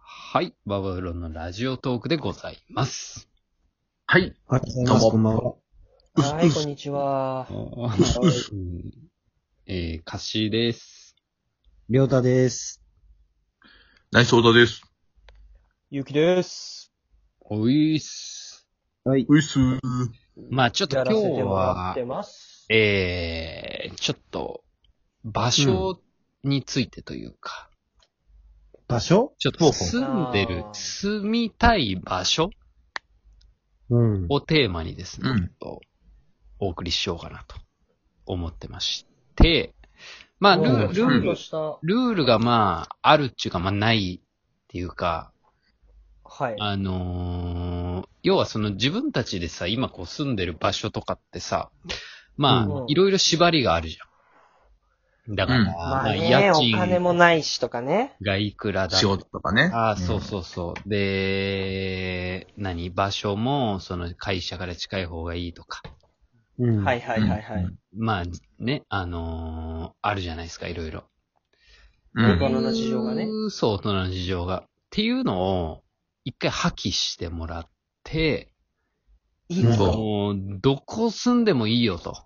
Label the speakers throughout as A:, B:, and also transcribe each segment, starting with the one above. A: はい。ババウロンのラジオトークでございます。
B: はい。
C: はい、どうも、こんばんは。
D: はい、こんにちは。
A: うん えー、歌詞です。
C: りょうたです。
B: ナイスオーダーです。
D: ゆうきです。
A: おいっす。
C: はい。
B: ういっすー。
A: まあちょっと
D: や
A: 今
D: らせ
A: 日
D: てもら
A: は
D: って、ます。
A: えー、ちょっと、場所についてというか、
C: 場所
A: ちょっ
B: ほ
A: と
B: うほう
A: 住んでる
D: あ、ー
A: 住みたい場所
C: うん。
A: をテーマにですね、
B: うん
A: ちょっとお送りしようかなと思ってまして、まあルール
D: ちゃん
A: ール
D: と、した。
A: ルールがまあ、あるっていうか、まあないっていうか、
D: はい。
A: あのー要はその自分たちでさ、今こう住んでる場所とかってさ、まあ
D: うん、
A: いろいろ縛りがあるじゃん。だから、
B: うん
A: ま
D: ま
A: あ、
D: あ
A: 家
D: ね、お
A: 賃
D: 金もないしとかね。
A: がいくらだ
B: 仕事とかね。
A: ああ、そうそうそう。で、何場所も、その会社から近い方がいいとか。
C: うん。
D: はいはいはいはい。
A: まあ、ね、あのーあるじゃないですか、いろいろ。
B: う
D: 大
B: ん。
D: 人の事情がね
A: うーそう、大人の事情が。っていうのを、一回破棄してもらって、
D: いい
C: うん
D: んすか
A: もう、どこ住んでもいいよと。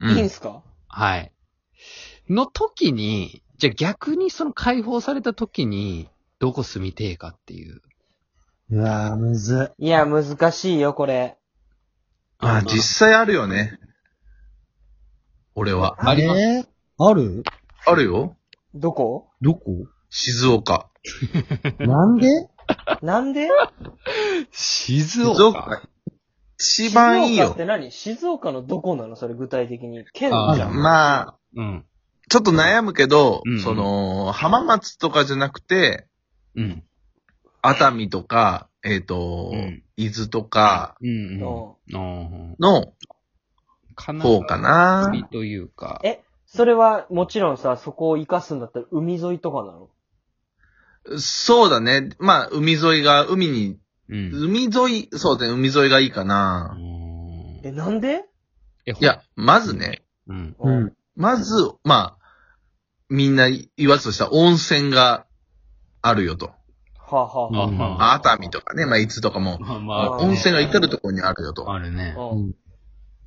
B: う
D: いいん
B: ん。
D: すか
A: はい。の時に、じゃあ逆にその解放された時に、どこ住みてえかっていう。
C: うわぁ、むず
D: いや、難しいよ、これ。
B: あ、実際あるよね。俺は。
C: い。
A: あります
C: えーある
B: あるよ。
D: どこ
C: どこ
B: 静岡。
C: なんで
D: なんで
A: 静
B: 静岡。一番いい
D: 静岡っ
B: よ
D: て。何静岡のどこなのそれ具体的に。県
A: あ
D: じゃん。
B: まあ、
A: うん。
B: ちょっと悩むけど、
A: うん
B: その、浜松とかじゃなくて、
A: うん。
B: 熱海とか、えっ、と、
A: うん
B: 伊豆とか
A: うん。うん。
D: うん
A: うん。
B: の
A: かな
B: 方かな。
A: というか。
D: え、それはもちろんさ、そこを活かすんだったら海沿いとかなの
B: そうだね。まあ、海沿いが、海に、
A: うん。
B: 海沿い、そうだね、海沿いがいいか
A: う
B: な。
A: ん
D: え、なんで
A: え
B: いや、まずね、
A: うん。
C: う。ん。
B: まず、まあ、みんな言わずとした温泉があるよと。
D: はあ、はあは
C: うん
B: まあ熱海とかね、まあ、いつとかも、
A: まあま
B: まあ
A: あ、
B: 温泉が至るところにあるよと。
A: あるね。
D: あ
C: う
D: うんん。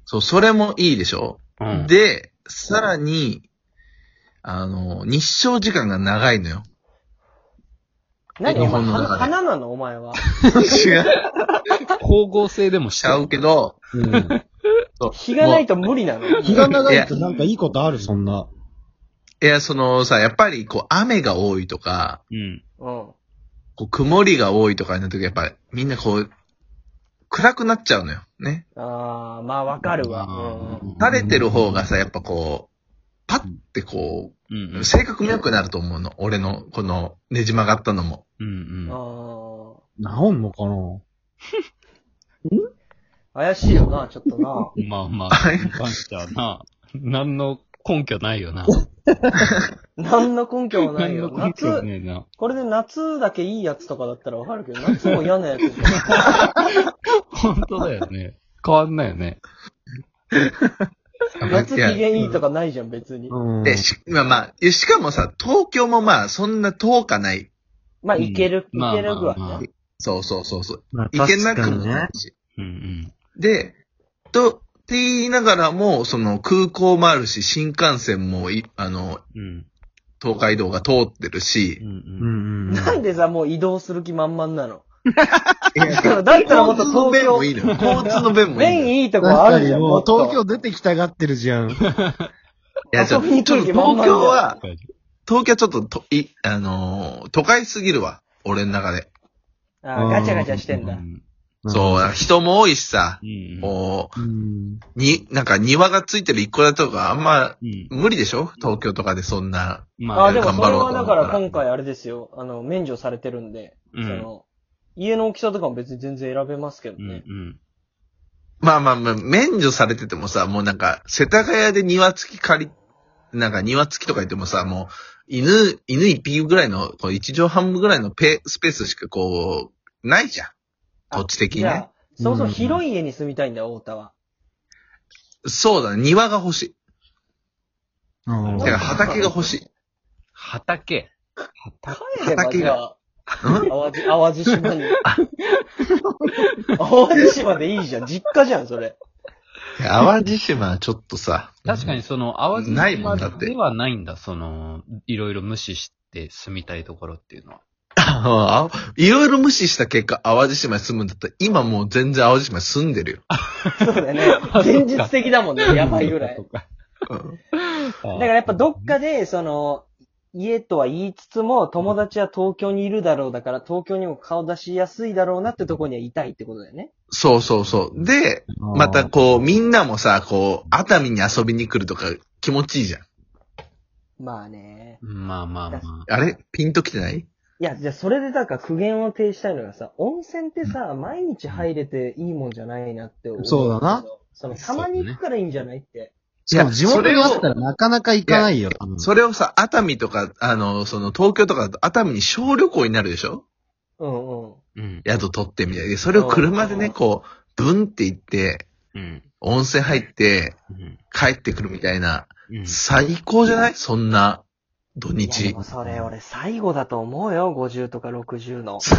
B: そう、それもいいでしょ、
A: うん、
B: で、さらに、あの、日照時間が長いのよ。
D: 何
B: 日
D: お前、
B: 本の中で
D: 花花なのお前は。
B: 違う
A: 光合成でもし
B: ち
A: て
B: ゃうけど、
C: うん。
B: そう
D: 日がないと無理なの
C: 日が長いとなんかいいことあるそんな。
B: いや、そのさ、やっぱりこう、雨が多いとか、
A: うん。
D: うん。
B: こう、曇りが多いとかの時、やっぱ、みんなこう、暗くなっちゃうのよ。ね。
D: ああ、まあわかるわ。うん。
B: 晴れてる方がさ、やっぱこう、パッてこ
A: うんうん
B: う、性格も良くなると思うの。俺の、この、ねじ曲がったのも。
A: うんうん。
D: あ
C: 治んのかな
D: あ、怪しいよな、ちょっ とな。
A: まあまあ、それに関してはな、何の根拠ないよな。
D: 何の根拠もない
A: 何の
D: よ。
A: 根拠も
D: 夏、
A: ないな。
D: これで夏だけいいやつとかだったらわかるけど、夏も嫌なやつ。
A: 本当だよね。変わんないよね。
D: 夏機
B: いや
D: 嫌いいとかないじゃん、別に。
C: うん。
B: で、し、まあまあ、いやしかもさ、東京もまあ、そんな遠かない。
D: まあ、いける、
A: うん
D: いけるぐらい
A: まあまあ
D: な
A: まあ。
B: そうそうそうそう。
C: まあ
B: いけなく
C: 確
B: も
C: かに
B: ないし。
A: うん
B: で、と、って言いながらも、その空港もあるし、新幹線もい、あの、
A: うん。うん。
B: 東海道が通ってる
A: う
B: し、
C: うんんうん。
D: なんでさ、もう移動する気満々なの
B: い や
D: だったらもっと
B: 交通の便
D: 東京
B: もい、いのよ。交通の便もいいのよ。
D: 便いいとこ
C: 確
D: あ
C: か
D: る
C: に
D: じゃん。
C: も
D: も
C: う
D: っと
C: 東京出てきたがってるじゃん。
B: いや、ちょっ
D: 遊びに
B: と、
D: 行
B: ちょっと
D: く気満々
B: 東
D: じゃん
B: 京は、
A: うん。
B: 東京はちょっとと、い、あのー都会すぎるわ。俺の中で。
D: あーガチャガチャしてんだ
A: う。ん
B: そう、人も多いしさ
A: う、ん。
B: こ
C: うん。うん。
B: う、に、なんか庭がついてる一戸建てとかあんま
A: うん。
B: 無理でしょ東京とかでそんな。
A: ま
D: あ
A: あ、
D: あ、でも
B: 頑
D: そ
B: 張
D: れ
B: ろうと思
D: は
B: ったら
D: だから今回あれですよ。あの、免除されてるんで、
A: うん
D: その、家の大きさとかも別に全然選べますけど
A: う
D: ね。
A: んうん。
B: まあまあまあ、免除されててもさ、もうなんか、世田谷で庭付き借り、なんか庭付きとか言ってもさ、もう、犬、犬一匹ぐらいの、こう一畳半分ぐらいのペ、スペースしかこう、ないじゃん。
D: あ
B: 土地的に
D: じゃ
B: ね
D: あ。、そもそも
C: うん
D: 広い家に住みたいんだよ、太田は。
B: そうだね、庭が欲しい。
C: あ
B: てか
C: ー
B: 畑が欲しい。
A: 畑。
D: 帰れば
B: 畑
D: じ
B: が
D: ゃあ、淡路、淡路島 に。淡路島でいいじゃん。実家じゃん、それ。
B: 淡路島はちょっとさ。
A: 確かにその、淡路
B: ないも
A: 島
B: んだって
A: ではないんだ、その、いろいろ無視して住みたいところっていうのは。
B: ああいろいろ無視した結果、淡路島に住むんだったら、今もう全然淡路島に住んでるよ。
D: そうだよね。現実的だもんね、やばいぐらい。
B: うん
D: だからやっぱどっかで、その、家とは言いつつも、友達は東京にいるだろうだから、東京にも顔出しやすいだろうなってとこにはいたいってことだよね。
B: そうそうそう。で、またこう、みんなもさ、こう、熱海に遊びに来るとか気持ちいいじゃん。
D: まあね。
A: まあまあまあ。
B: あれピンときてない
D: いや、じゃあそれでだから苦言を呈したいのがさ、温泉ってさ、毎日入れていいもんじゃないなって思う。
C: そうだな。
D: その、たまに行くからいいんじゃないって。
C: しかも地元
B: い
C: に
B: や
C: あ
B: それを
C: ったらなかなか行かないよ。多分
B: それをさ、熱海とか、あの、その東京とかだと熱海に小旅行になるでしょ
D: うんうん。
A: うん。
B: 宿取ってみたいで、それを車でね、こう、ブンって行って、
A: うん。
B: 温泉入って、
A: うん。
B: 帰ってくるみたいな、
A: うん
B: 最高じゃないそんな、土
D: いや
B: 日
D: で。もそれ俺最後だと思うよ、50とか60の。
B: 最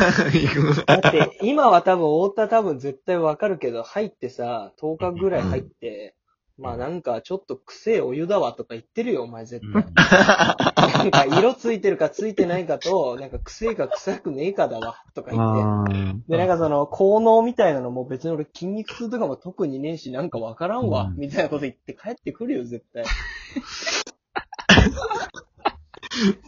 B: 高
D: だって、今は多分、太田多分絶対わかるけど、入ってさ、10日ぐらい入って、まあなんか、ちょっと臭えお湯だわとか言ってるよ、お前絶対。なんか、色ついてるかついてないかと、なんか、臭えか臭くねえかだわ、とか言って。
C: あー
D: で、なんかその、効能みたいなのも別に俺筋肉痛とかも特にねえし、なんかわからんわ
A: う、ん
D: みたいなこと言って帰ってくるよ、絶 対。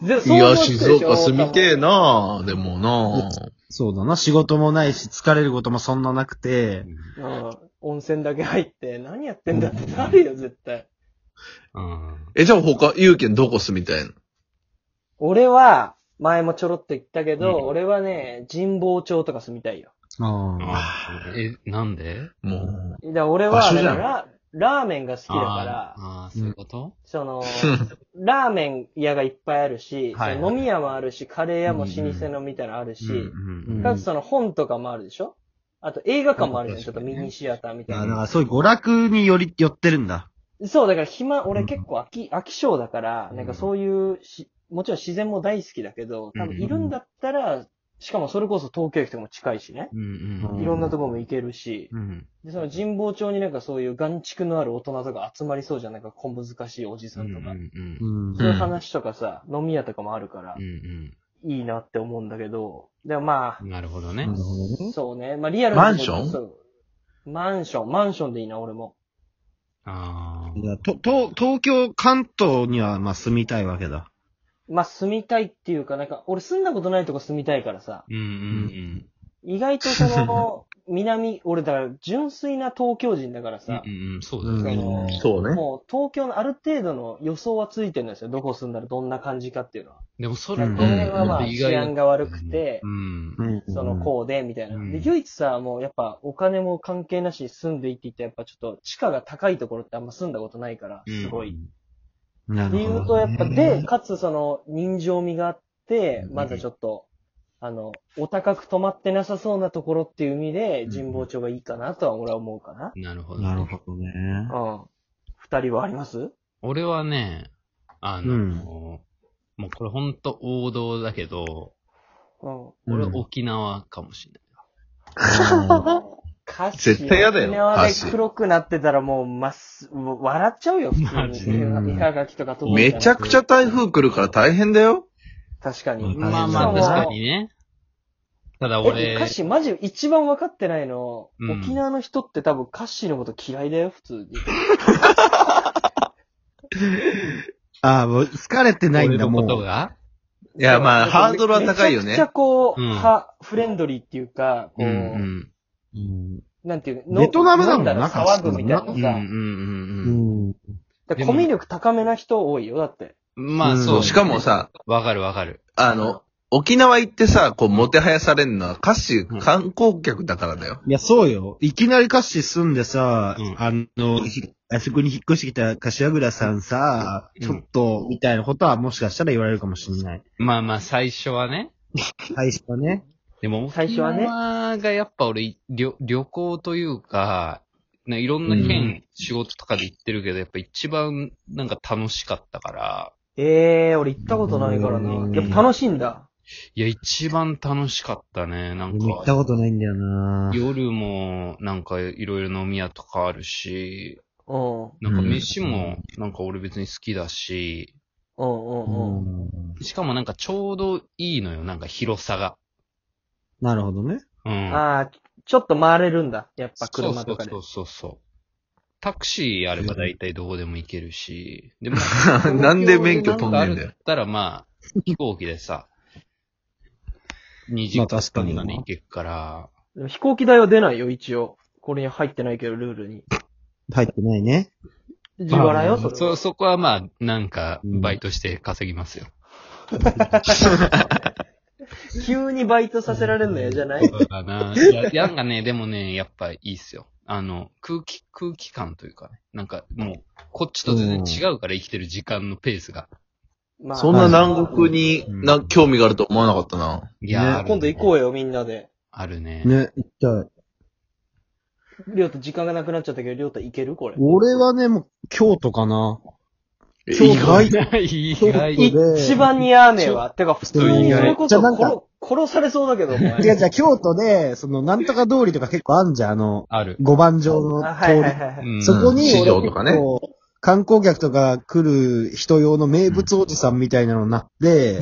D: で
B: いや、静岡住みてえ。なでもな
C: そうだな。仕事もないし、疲れることもそんななくて。
D: そう思ったもんうん。温泉だけ入って、何やってんだってなるよ、絶対。
A: うん。
B: え、じゃあ他、ゆうけんどこ住みたいの
D: 俺は、前もちょろっと言ったけど、
A: うん
D: 俺はね、神保町とか住みたいよ。
C: あー
A: あーえ、なんで
B: も
D: だから俺
B: 場
D: は、
B: 所
D: だ
B: じ
D: か
B: ゃ
D: ら
B: ん
D: ララーメンが好きだから
A: あ、ーあー、そういうこと
D: その、
B: う。
D: ラーメン屋がいっぱいあるし、
A: はい
D: その飲み屋もあるし、カレー屋も老舗のみたいなのあるし、
A: うん。
D: かつその本とかもあるでしょあと映画館もあるじゃん、ちょっとミニシアターみたい
C: あ
D: な。
C: だからそういう娯楽により、寄ってるんだ。
D: そう、だから暇、俺結構飽き、飽き性だから、なんかそういうし、もちろん自然も大好きだけど、多分いるんだったら、しかもそれこそ東京駅とかも近いしね。
A: うんうん
C: う
D: いろんなとこも行けるし、
A: うん。
D: で、その神保町になんかそういう眼畜のある大人とか集まりそうじゃん、なんか小難しいおじさんとか。
A: うん
C: うん
D: そういう話とかさ、飲み屋とかもあるから
A: う、ん
D: いいなって思うんだけど、でもま
A: うん。なるほどね
C: な。るほどね
D: あ、そうね、まあリアル
B: マンション
D: ンマンション、マンションでいいな、俺も。
A: あ
C: いやとと東京、関東にはまあ住みたいわけだ。
D: まあ住みたいっていうか、なんか、俺住んだことないとこ住みたいからさ、
A: ー。うんうん
D: 意外とその、南、俺だから純粋な東京人だから
A: うん。
D: さ
A: う、んうん、そうだよね。
D: そ
B: そ
D: の
B: うね。
D: もう東京のある程度の予想はついてるんですよ。どこ住んだらどんな感じかっていうのは。
A: でもそ
D: こ
A: れ、
D: の
C: ん
D: 辺はまあ
A: 意
D: 治
A: 外だ
D: 安が悪くて
A: う、ん。
C: うん
D: そのこうで、みたいな。
A: うん
D: で、唯一さ、もうやっぱお金も関係なしに住んでいいって言って、やっぱちょっと地価が高いところってあんま住んだことないから、すごい。
C: なる
D: 理由
C: ほ
D: と
C: ど
D: や
C: ね
D: っぱ、で、かつその人情味があって、
A: うん
D: まずちょっと、あの、お高く泊まってなさそうなところっていう意味で、
A: うん
D: 神保町がいいかなとは俺は思うかな。
A: なるほど。
C: なるほど ね。
D: うん。二人はあります
A: 俺はね、あの、
C: うん
A: もうこれほんと王道だけど、
D: うん。
A: 俺
C: うん
A: 沖縄かもしれない。
D: 歌詞
B: 絶対嫌だよ
D: 沖縄で
B: 歌詞
D: 黒くなってたらもう、まっす、笑っちゃうよ、普通に。
A: マジで
D: 絵はがきとか届い
B: め
D: たら
B: ちゃくちゃ台風来るから大変だよ。
D: 確かに。
C: うん
A: まあまあ
C: うん
A: 確かにね。ただ
D: え、
A: 俺、
D: 歌詞マジ一番分かってないの、
A: うん
D: 沖縄の人って多分歌詞のこと嫌いだよ、普通に。
C: ああ、もう疲れてないん
A: 俺
C: だ、
A: のこ
C: も
A: と
C: う。
A: が
B: いや、まあ、
D: そう
B: ハードルは高いよ
D: めちゃくちゃ
B: ね。
D: こう、
A: うん
D: は、フレンドリーっていうか、こ
A: う
D: う、
A: んうん。
C: うん
D: なんていう
C: ベトナムだもん
D: な
C: な
D: だら騒ぐみたいな
A: うん
D: の
A: うん
D: さ。
C: う
A: うん
C: ん。
D: だからコミュ力高めな人多いよ、だって。
A: うん。まあ
C: うん
A: そう、
B: しかも、さ、
A: わかるわかる。
B: あの、沖縄行ってさ、こう、もてはやされるのは、歌詞観光客だからだよ。
C: いや、そうよ。いきなり歌詞住んでさ、
A: うん
C: あの、ひあそこに引っ越してきた柏倉さんさ、
A: うん
C: ちょっと、みたいなことはもしかしたら言われるかもしれない。
A: まあまあ最初はね。
C: 最初はね。
A: でも、
D: 最初はね
A: 沖縄がやっぱ俺、旅旅行というか、ないろんな
C: う
A: 県、仕事とかで行ってるけど、やっぱ一番なんか楽しかったから、
D: えええー、俺行ったことないから
C: うん
D: な。やっぱ楽しいんだ。
A: いや、一番楽しかったね。なん
C: 俺行った
A: か、
C: ことないんだよな
A: 夜も、なんか、いろいろ飲み屋とかあるし、
D: うん。うん
A: なんか飯も、なんか俺別に好きだし、
D: うんうん。
C: うん
A: しかもなんかちょうどいいのよ、なんか広さが。
C: なるほどね。
A: うん。
D: ああ、ちょっと回れるんだ。やっぱ車とかで
A: そ。うそうそうそう。タクシーあれば大体どこでも行けるし、でも、
B: なんで免許取んねん
A: 東京でな
B: だよ
A: かあ。ったらまあ、飛行機でさ、2時間
C: まあ確かに
A: とで行けっから、
D: でも飛行機代は出ないよ、一応。これに入ってないけど、ルールに。
C: 入ってないね。
D: 自腹よ、
C: ま
D: それ
A: そ、
D: は。
A: そこはまあ、なんか、バイトして稼ぎますよ。
D: 急にバイトさせられるの嫌じゃない
A: そうだな。いや、いやなんかね、でもね、やっぱいいっすよ。あの、空気、空気感というかね。なんか、もう、こっちと全然違うから生きてる時間のペースが。
D: まあ、
B: そんな南国に
C: うん
B: な、興味があると思わなかったな。
A: いや、
C: ね
A: ある
D: 今度行こ
A: う。
D: うよ、みんなで。
A: あるね。
C: ね、行ったい。
D: りょうた時間がなくなっちゃったけど、りょうた行けるこれ。
C: 俺はね、もう、京都かな。
B: 意
C: 京都
B: 外。
A: 意外
C: そう
A: に。
C: で
D: 一番似合わねえわ。てか、普通にそれこ
C: じゃ
D: そ
C: あなんか
D: 殺殺されそうだけど、お前。
C: 違う違う、京都で、その、なんとか通りとか結構あんじゃん、あの、
A: ある。
C: 五番城の
D: あはい
C: 通
D: はい
C: り。
D: はいは
A: う
D: い。
A: ん
C: そこに、
B: 市場
C: 俺
B: とかね
C: 結構観光客とか来る人用の名物おじさんみたいなのになって、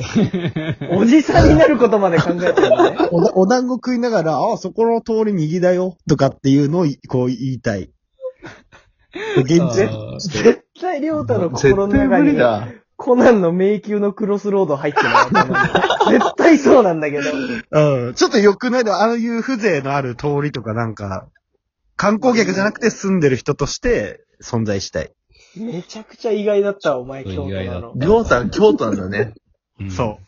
D: おじさんになることまで考えてる のね。
C: おだお団子食いながら、あ、そこの通り右だよ、とかっていうのをい、こう言いたい。現
A: あ
C: 地
A: ー
D: 絶対りょうたの心
B: 絶
D: の
B: 対
D: 中
B: 無理
D: に、
B: だ。
D: コナンの迷宮のクロスロード入ってない絶対そうなんだけど。
C: うん。ちょっと良くないで、ああいう風情のある通りとかなんか、観光客じゃなくて住んでる人として存在したい。
D: めちゃくちゃ意外だったわ、お前、
A: 意
D: 京都
A: 外だ
D: な
A: った
D: の。
B: りょうたん京都なんだね。
A: うん
C: そう。